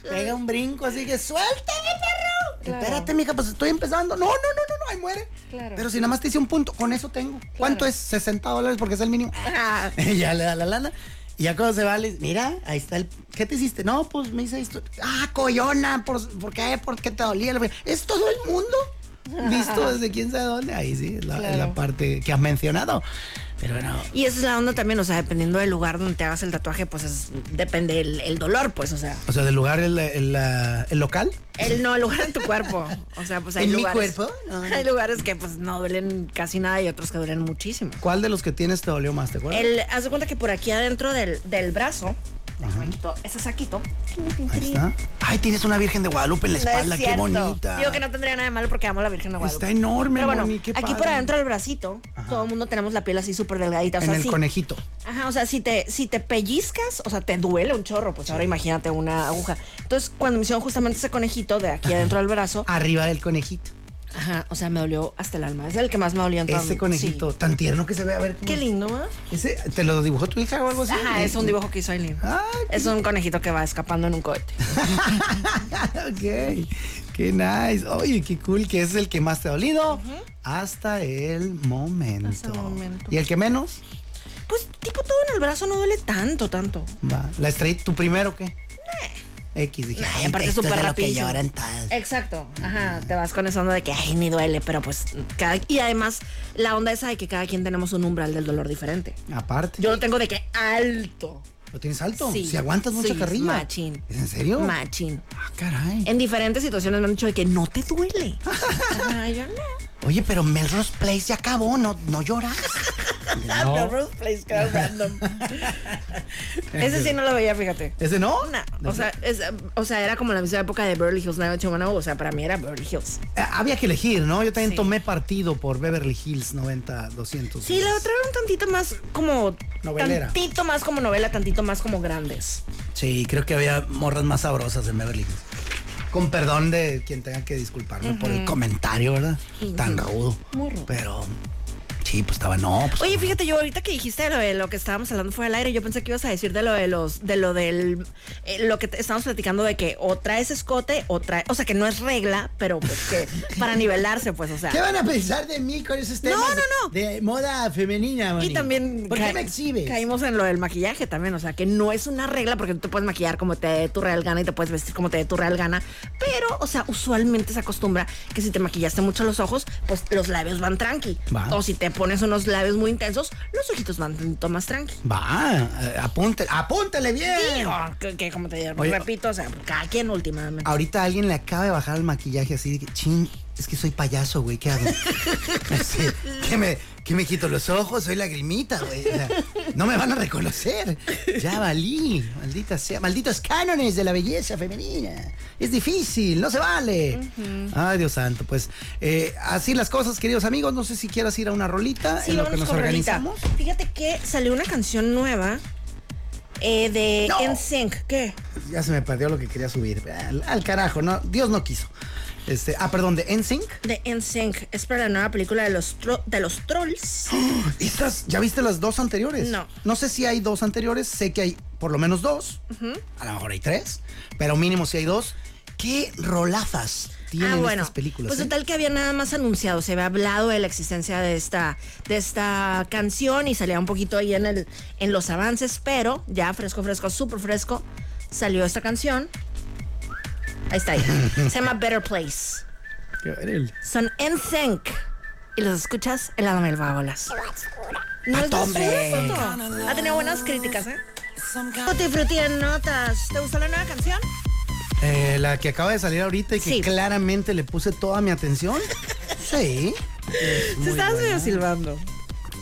Speaker 3: Pega un brinco así que suéltame, perro. Espérate, mija, pues estoy empezando. No, no, no, no, no, ahí muere.
Speaker 1: Claro.
Speaker 3: Pero si nada más te hice un punto, con eso tengo. ¿Cuánto es? 60 dólares porque es el mínimo. [LAUGHS] Y ya le da la lana. Y ya cuando se va, le dice, mira, ahí está el. ¿Qué te hiciste? No, pues me hice esto. Ah, collona, ¿por, por qué? ¿Por qué te dolía? Es todo el mundo. Visto desde quién sabe dónde. Ahí sí, es la, es la parte que has mencionado. Pero bueno.
Speaker 1: Y esa es la onda también, o sea, dependiendo del lugar donde te hagas el tatuaje, pues es- depende el, el dolor, pues, o sea.
Speaker 3: O sea, del lugar, el, el, ah, el local.
Speaker 1: El no, el lugar en tu cuerpo. O sea, pues hay
Speaker 3: ¿En mi
Speaker 1: lugares.
Speaker 3: cuerpo? No.
Speaker 1: Hay lugares que pues no duelen casi nada y otros que duelen muchísimo.
Speaker 3: ¿Cuál de los que tienes te dolió más? ¿Te acuerdas?
Speaker 1: El, haz de cuenta que por aquí adentro del, del brazo, me quito ese saquito.
Speaker 3: Ahí está. Ay, tienes una Virgen de Guadalupe en la
Speaker 1: No es
Speaker 3: espalda, qué
Speaker 1: cierto.
Speaker 3: bonita.
Speaker 1: Digo que no tendría nada de malo porque amo a la Virgen de Guadalupe.
Speaker 3: Está enorme,
Speaker 1: Pero bueno,
Speaker 3: Moni, qué
Speaker 1: aquí
Speaker 3: padre.
Speaker 1: por adentro del bracito, todo el mundo tenemos la piel así súper delgadita. O
Speaker 3: En
Speaker 1: sea,
Speaker 3: el
Speaker 1: sí.
Speaker 3: conejito.
Speaker 1: Ajá, o sea, si te, si te pellizcas, o sea, te duele un chorro, pues ahora imagínate una aguja. Entonces, cuando me hicieron justamente ese conejito de aquí adentro del brazo,
Speaker 3: Arriba del conejito.
Speaker 1: ajá, o sea, me dolió hasta el alma. Es el que más me dolió en todo
Speaker 3: Ese
Speaker 1: mi-
Speaker 3: conejito
Speaker 1: sí.
Speaker 3: tan tierno que se ve. A ver. ¿cómo
Speaker 1: Qué
Speaker 3: es?
Speaker 1: lindo, ¿ah?
Speaker 3: Ese, ¿Te lo dibujó tu hija o algo así?
Speaker 1: Ajá, es un dibujo que hizo Aileen.
Speaker 3: Ah, [LAUGHS]
Speaker 1: Es un conejito que va escapando en un cohete.
Speaker 3: ok. Qué nice. Oye, qué cool que es el que más te ha dolido hasta el momento.
Speaker 1: Hasta el momento.
Speaker 3: ¿Y el que menos?
Speaker 1: Pues, tipo, todo en el brazo no duele tanto, tanto.
Speaker 3: Va. La estrellita, ¿tu primero qué? X, dije,
Speaker 1: Ay,
Speaker 3: "Ay,
Speaker 1: aparte
Speaker 3: esto
Speaker 1: súper
Speaker 3: es de lo que
Speaker 1: rapidísimo.
Speaker 3: lloran todas".
Speaker 1: Exacto, ajá, te vas con esa onda de que ay, ni duele, pero pues cada y además la onda esa de que cada quien tenemos un umbral del dolor diferente.
Speaker 3: Aparte.
Speaker 1: Yo lo tengo de que alto.
Speaker 3: ¿Lo tienes alto?
Speaker 1: Sí.
Speaker 3: si aguantas mucha
Speaker 1: Sí,
Speaker 3: carrilla.
Speaker 1: machín.
Speaker 3: ¿Es en serio?
Speaker 1: Machín.
Speaker 3: Ah, caray.
Speaker 1: En diferentes situaciones me han dicho de que no te
Speaker 3: [LAUGHS]
Speaker 1: duele. Ajá, yo no.
Speaker 3: Oye, pero Melrose Place ya acabó, no,
Speaker 1: [LAUGHS]
Speaker 3: no lloras.
Speaker 1: No, Ah, Ruth Place, qué
Speaker 3: [LAUGHS]
Speaker 1: random. Ese sí no lo veía, fíjate.
Speaker 3: ¿Ese no?
Speaker 1: No, o sea, es- o sea, era como la misma época de Beverly Hills 90210, o sea, para mí era Beverly Hills.
Speaker 3: Eh, Había que elegir, ¿no? Yo también
Speaker 1: Sí.
Speaker 3: tomé partido por Beverly Hills 90 200.
Speaker 1: Sí, la otra era un tantito más como...
Speaker 3: Novelera.
Speaker 1: Tantito más como novela, tantito más como grandes.
Speaker 3: Sí, creo que había morras más sabrosas en Beverly Hills. Con perdón de quien tenga que disculparme por el comentario, ¿verdad? Tan rudo.
Speaker 1: Muy rudo.
Speaker 3: Pero sí, pues estaba no, pues
Speaker 1: Oye, fíjate, yo ahorita que dijiste de lo de lo que estábamos hablando fuera del aire, yo pensé que ibas a decir de lo de los, de lo del, eh, lo que te- estábamos platicando de que o traes escote o traes, o sea, que no es regla, pero pues que para nivelarse, pues, o sea.
Speaker 3: ¿Qué van a pensar de mí con esos temas
Speaker 1: No, no, no.
Speaker 3: de moda femenina,
Speaker 1: Y
Speaker 3: Moni?
Speaker 1: también
Speaker 3: ¿Por qué
Speaker 1: ca-
Speaker 3: me exhibes?
Speaker 1: caímos en lo del maquillaje también, o sea, que no es una regla porque tú te puedes maquillar como te dé tu real gana y te puedes vestir como te dé tu real gana, pero, o sea, usualmente se acostumbra que si te maquillaste mucho los ojos, pues los labios van tranqui.
Speaker 3: Va.
Speaker 1: O si te pones unos labios muy intensos, los ojitos van tantito más tranqui.
Speaker 3: Va, eh, apunte, apúntale bien.
Speaker 1: Digo, que, que como te digo,
Speaker 3: Eh. Oye, ah,
Speaker 1: repito, o sea, cada quien últimamente.
Speaker 3: Ahorita alguien le acaba de bajar el maquillaje así, de que, chin, es que soy payaso, güey, ¿qué hago? [LAUGHS] Así, ¿qué, me, qué me quito los ojos? Soy lagrimita, güey. o sea, no me van a reconocer. Ya valí, maldita sea. Malditos cánones de la belleza femenina. Es difícil, no se vale. Ay, Dios santo, pues eh, así las cosas, queridos amigos. No sé si quieras ir a una rolita
Speaker 1: Sí,
Speaker 3: en lo
Speaker 1: vamos
Speaker 3: que nos
Speaker 1: con rolita.
Speaker 3: organizamos.
Speaker 1: Fíjate que salió una canción nueva eh, de
Speaker 3: No.
Speaker 1: NSYNC. ¿Qué?
Speaker 3: Ya se me perdió lo que quería subir. Al, al carajo, no, Dios no quiso. Este, ah, perdón, de NSYNC.
Speaker 1: De NSYNC. Es para la nueva película de los, tro- de los trolls.
Speaker 3: Estas, ¿ya viste las dos anteriores?
Speaker 1: No.
Speaker 3: No sé si hay dos anteriores, sé que hay por lo menos dos, a lo mejor hay tres, pero mínimo si hay dos. ¿Qué rolazas tienen
Speaker 1: Ah, bueno.
Speaker 3: estas películas?
Speaker 1: pues
Speaker 3: eh?
Speaker 1: total que había nada más anunciado, se había hablado de la existencia de esta, de esta canción y salía un poquito ahí en, el, en los avances, pero ya fresco, fresco, súper fresco, salió esta canción. Ahí está, ahí.
Speaker 3: [LAUGHS]
Speaker 1: se llama Better Place.
Speaker 5: Qué verel.
Speaker 1: Son NSYNC y los escuchas en la dama del Babolas. No es
Speaker 3: hombre.
Speaker 1: basura, Soto. Ha tenido buenas críticas, ¿eh? Tutti frutti en notas. ¿Te gustó la nueva canción?
Speaker 3: Eh, la que acaba de salir ahorita y que
Speaker 1: Sí.
Speaker 3: claramente le puse toda mi atención.
Speaker 1: [LAUGHS]
Speaker 3: sí.
Speaker 1: Se estabas medio silbando.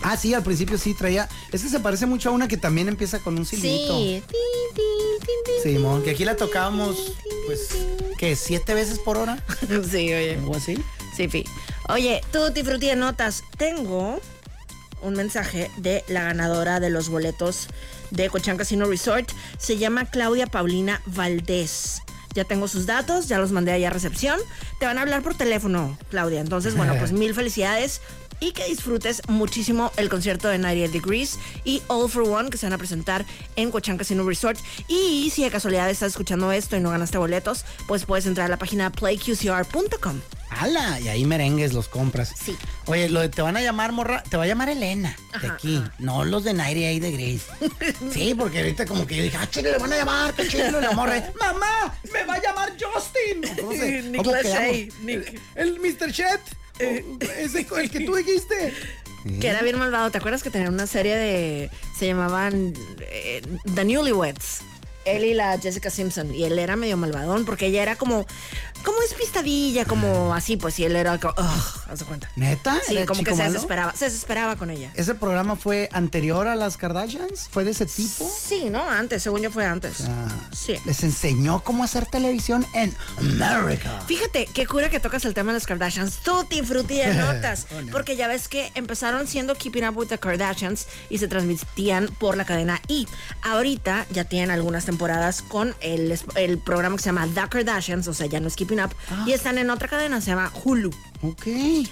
Speaker 3: Ah, sí, al principio sí traía. Es que se parece mucho a una que también empieza con un silbito.
Speaker 1: Sí. Tin, tin, tin, tin.
Speaker 3: Simón, que aquí la tocamos, pues, ¿qué? ¿Siete veces por hora?
Speaker 1: Sí, oye.
Speaker 3: ¿O así?
Speaker 1: Sí, fi. Oye, Tutti Frutti de Notas, tengo un mensaje de la ganadora de los boletos de Cochán Casino Resort. Se llama Claudia Paulina Valdés. Ya tengo sus datos, ya los mandé allá a recepción. Te van a hablar por teléfono, Claudia. Entonces, bueno, pues mil felicidades y que disfrutes muchísimo el concierto de 98 Degrees y All for One que se van a presentar en Cochán Casino Resort. Y si de casualidad estás escuchando esto y no ganaste boletos, pues puedes entrar a la página playqcr.com.
Speaker 3: ¡Hala! Y ahí merengues los compras.
Speaker 1: Sí.
Speaker 3: Oye, lo de te van a llamar morra, te va a llamar Elena de
Speaker 1: Ajá,
Speaker 3: aquí, no los de Naire ahí
Speaker 1: [LAUGHS]
Speaker 3: de Grace. Sí, porque ahorita como que yo dije, ah, chile, le van a llamar, qué chile, la morra. Mamá, me va a llamar Justin.
Speaker 1: [LAUGHS]
Speaker 3: ¿Cómo se-
Speaker 1: Nick Lachey,
Speaker 3: quedamos? Eh, El Mr. Chet, ese el que tú dijiste.
Speaker 1: Eh. [LAUGHS]
Speaker 3: ¿Mm?
Speaker 1: Que era bien malvado. ¿Te acuerdas que tenían una serie de. Se llamaban eh, The Newlyweds? Él y la Jessica Simpson. Y él era medio malvadón porque ella era como. Como despistadilla, como así, pues. Y él era como. ugh, haz de cuenta.
Speaker 3: ¿Neta?
Speaker 1: Sí,
Speaker 3: ¿Era
Speaker 1: como que
Speaker 3: chico
Speaker 1: se
Speaker 3: malo?
Speaker 1: desesperaba. Se desesperaba con ella.
Speaker 3: ¿Ese programa fue anterior a las Kardashians? ¿Fue de ese tipo?
Speaker 1: Sí, ¿no? Antes, según yo fue antes.
Speaker 3: Ah,
Speaker 1: Sí.
Speaker 3: Les enseñó cómo hacer televisión en América.
Speaker 1: Fíjate, qué cura que tocas el tema de los Kardashians. Tutti frutti de notas. Porque ya ves que empezaron siendo Keeping Up with the Kardashians y se transmitían por la cadena Y. Ahorita ya tienen algunas temporadas con el, es- el programa que se llama The Kardashians, o sea, ya no es Keeping Up. Y están en otra cadena, se llama Hulu.
Speaker 3: Ok.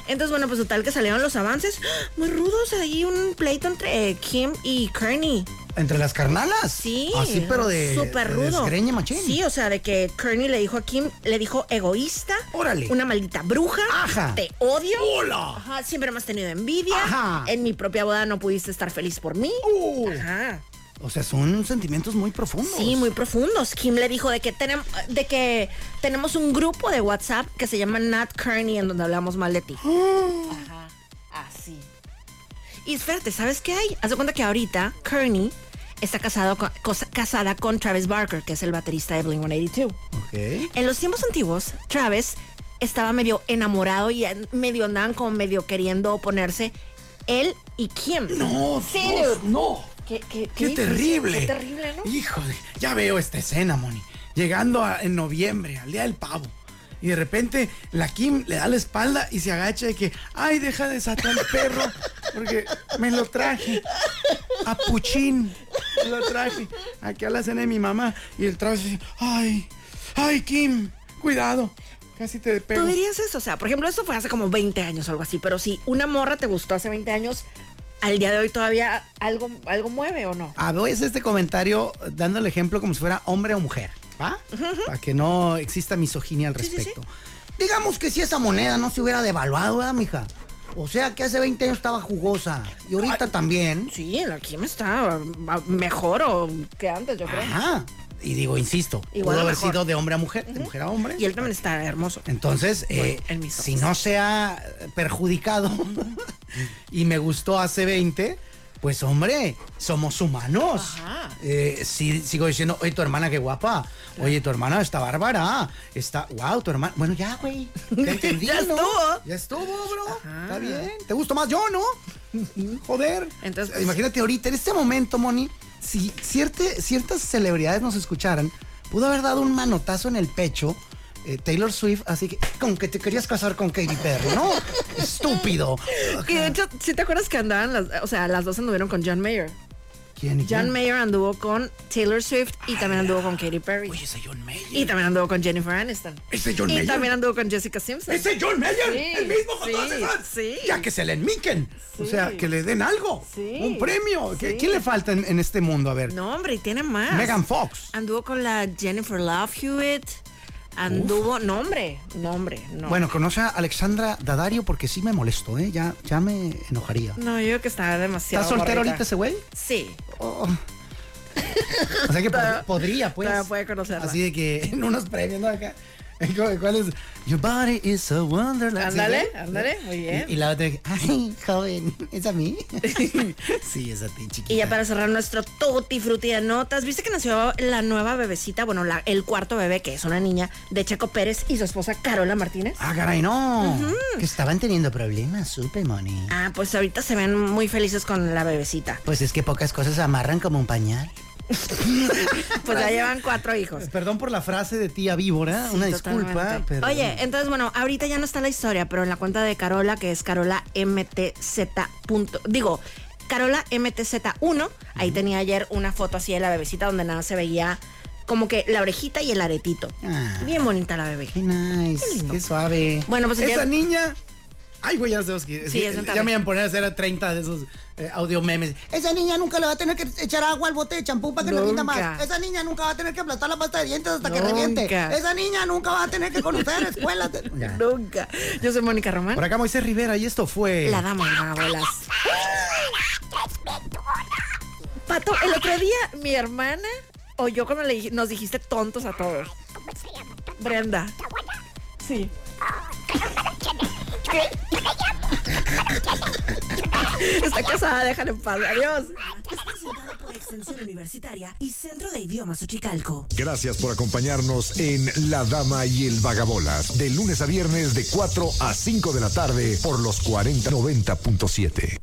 Speaker 1: Entonces, bueno, pues total que salieron los avances [GASPS] ¡Ah! muy rudos. Ahí un pleito entre eh, Kim y Kearney.
Speaker 3: ¿Entre las carnalas?
Speaker 1: Sí.
Speaker 3: Así, pero de.
Speaker 1: Súper
Speaker 3: de
Speaker 1: rudo.
Speaker 3: desgreñe machín.
Speaker 1: Sí, o sea, de que Kearney le dijo a Kim, le dijo egoísta.
Speaker 3: Órale.
Speaker 1: Una maldita bruja.
Speaker 3: Ajá.
Speaker 1: Te odio.
Speaker 3: Hola.
Speaker 1: Ajá, siempre me has tenido envidia.
Speaker 3: Ajá.
Speaker 1: En mi propia boda no pudiste estar feliz por mí.
Speaker 3: Uh.
Speaker 1: Ajá.
Speaker 3: O sea, son sentimientos muy profundos.
Speaker 1: Sí, muy profundos. Kim le dijo de que, tenem- de que tenemos un grupo de WhatsApp que se llama Nat Kearney en donde hablamos mal de
Speaker 3: [GASPS]
Speaker 1: ti. Ajá, así. Y espérate, ¿sabes qué hay? Haz de cuenta que ahorita Kearney está casado con- cosa- casada con Travis Barker, que es el baterista de Blink 182.
Speaker 3: Ok.
Speaker 1: En los tiempos antiguos, Travis estaba medio enamorado y an- medio andaban como medio queriendo ponerse él y Kim.
Speaker 3: No,
Speaker 1: Sí,
Speaker 3: Dios,
Speaker 1: dude.
Speaker 3: no.
Speaker 1: Qué, qué- qué
Speaker 3: Qué
Speaker 1: difícil,
Speaker 3: terrible.
Speaker 1: Qué terrible, ¿no?
Speaker 3: Híjole, ya veo esta escena, Moni. Llegando a- en noviembre, al día del pavo. Y de repente la Kim le da la espalda y se agacha de que, ay, deja de desatar el perro, porque me lo traje. A Puchín, me lo traje. Aquí a la cena de mi mamá. Y el traje dice, ay, ay, Kim, cuidado. Casi te pego.
Speaker 1: ¿Tú dirías eso? O sea, por ejemplo, esto fue hace como 20 años o algo así, pero si una morra te gustó hace 20 años, al día de hoy todavía algo, algo mueve o no.
Speaker 3: A veces este comentario dando el ejemplo como si fuera hombre o mujer, ¿va? Para que no exista misoginia al respecto. Digamos que si esa moneda no se hubiera devaluado, ¿verdad, mija? O sea que hace 20 años estaba jugosa y ahorita también.
Speaker 1: Sí, la Kim está ah, mejor o que antes, yo creo.
Speaker 3: Ajá. Y digo, insisto,
Speaker 1: Igual
Speaker 3: pudo
Speaker 1: o
Speaker 3: haber
Speaker 1: mejor.
Speaker 3: sido de hombre a mujer, de mujer a hombre.
Speaker 1: Y él también está hermoso.
Speaker 3: Entonces, eh,
Speaker 1: en mis
Speaker 3: si
Speaker 1: ojos.
Speaker 3: no se ha perjudicado [LAUGHS] y me gustó hace 20, pues hombre, somos humanos. Eh, sí, sigo diciendo, oye, tu hermana qué guapa. Oye, tu hermana está bárbara. Está, wow, tu hermana. Bueno, ya, güey.
Speaker 1: [LAUGHS]
Speaker 3: Te entendí,
Speaker 1: Ya
Speaker 3: ¿no?
Speaker 1: estuvo.
Speaker 3: Ya estuvo, bro. Está bien. Te gustó más yo, ¿no? Joder.
Speaker 1: Entonces, pues,
Speaker 3: Entonces, imagínate ahorita, en este momento, Moni, si cierte- ciertas celebridades nos escucharan, pudo haber dado un manotazo en el pecho eh, Taylor Swift, así que con que te querías casar con Katy Perry,
Speaker 1: [LAUGHS]
Speaker 3: ¿no? Estúpido. Ah,
Speaker 1: Que de hecho, ¿sí te acuerdas que andaban las, o sea, las dos anduvieron con John Mayer?
Speaker 3: ¿Quién? y
Speaker 1: John
Speaker 3: quién?
Speaker 1: Mayer anduvo con Taylor Swift y también anduvo con Katy Perry.
Speaker 3: Oye, ese John Mayer.
Speaker 1: Y también anduvo con Jennifer Aniston.
Speaker 3: Ese John
Speaker 1: y
Speaker 3: Mayer.
Speaker 1: también anduvo con Jessica Simpson.
Speaker 3: Ese John Mayer,
Speaker 1: Sí,
Speaker 3: el mismo con
Speaker 1: sí,
Speaker 3: todas esas.
Speaker 1: sí.
Speaker 3: Ya que se le enmiquen. O sea, que le den algo.
Speaker 1: Sí.
Speaker 3: Un premio. ¿Qué-
Speaker 1: Sí.
Speaker 3: ¿Quién le falta en, en este mundo? A ver.
Speaker 1: No, Ah, hombre, y tiene más.
Speaker 3: Megan Fox.
Speaker 1: Anduvo con la Jennifer Love Hewitt. Anduvo. No, hombre. No, hombre. No.
Speaker 3: Bueno, conoce a Alexandra Dadario porque sí me molestó, ¿eh? Ya, ya me enojaría.
Speaker 1: No, yo creo que está demasiado.
Speaker 3: ¿Está soltero
Speaker 1: gorrita.
Speaker 3: ahorita ese güey?
Speaker 1: Sí.
Speaker 3: Oh. [LAUGHS] O sea que pod- podría, pues.
Speaker 1: todavía puede conocerla.
Speaker 3: Así de que en unos premios, ¿no? Acá. ¿Cu- ¿Cuál es? Your body is a wonderland.
Speaker 1: Ándale,
Speaker 3: Ah, ¿Sí?
Speaker 1: ándale, muy bien.
Speaker 3: Y, y la otra, ay, joven, ¿es
Speaker 1: [LAUGHS]
Speaker 3: a mí? sí, es a ti, chiquita.
Speaker 1: Y ya para cerrar nuestro tutti frutti de notas, viste que nació la nueva bebecita, bueno, la- el cuarto bebé, que es una niña, de Checo Pérez y su esposa Carola Martínez.
Speaker 3: Ah, caray, no. Que estaban teniendo problemas, supe, Moni.
Speaker 1: Ah, pues ahorita se ven muy felices con la bebecita.
Speaker 3: Pues es que pocas cosas amarran como un pañal.
Speaker 1: Pues ya llevan cuatro hijos.
Speaker 3: Perdón por la frase de tía víbora,
Speaker 1: Sí,
Speaker 3: Ah, una
Speaker 1: totalmente.
Speaker 3: disculpa, pero...
Speaker 1: Oye, entonces, bueno, ahorita ya no está la historia, pero en la cuenta de Carola, que es Carola MTZ. punto- digo, Carola MTZ1, ahí tenía ayer una foto así de la bebecita donde nada se veía como que la orejita y el aretito.
Speaker 3: Ah.
Speaker 1: Bien bonita la bebé.
Speaker 3: Qué nice, qué, suave.
Speaker 1: Bueno, pues,
Speaker 3: Esa
Speaker 1: ya-
Speaker 3: niña. Ay, güey, ya sabemos que.
Speaker 1: Sí, es notable.
Speaker 3: ya me iban a poner a hacer a 30 de esos eh, audio memes. Esa niña nunca le va a tener que echar agua al bote de champú para que no rinda más.
Speaker 1: Nunca.
Speaker 3: Esa niña nunca va a tener que aplastar la pasta de dientes hasta que
Speaker 1: Nunca.
Speaker 3: reviente. Esa niña nunca va a tener que
Speaker 1: [LAUGHS]
Speaker 3: conocer escuelas. de- Ya.
Speaker 1: Nunca. Yo soy Mónica Román.
Speaker 3: Por acá Moisés Rivera y esto fue.
Speaker 1: La dama de vagabolas. Pato, el otro día mi hermana o yo cuando le dije- nos dijiste tontos a todos. Brenda. Sí. Está casada, déjala en paz. Adiós.
Speaker 10: Es presentado por Extensión Universitaria y Centro de Idiomas Uchicalco.
Speaker 6: Gracias por acompañarnos en La Dama y el Vagabolas, de lunes a viernes de 4 a 5 de la tarde por los 4090.7.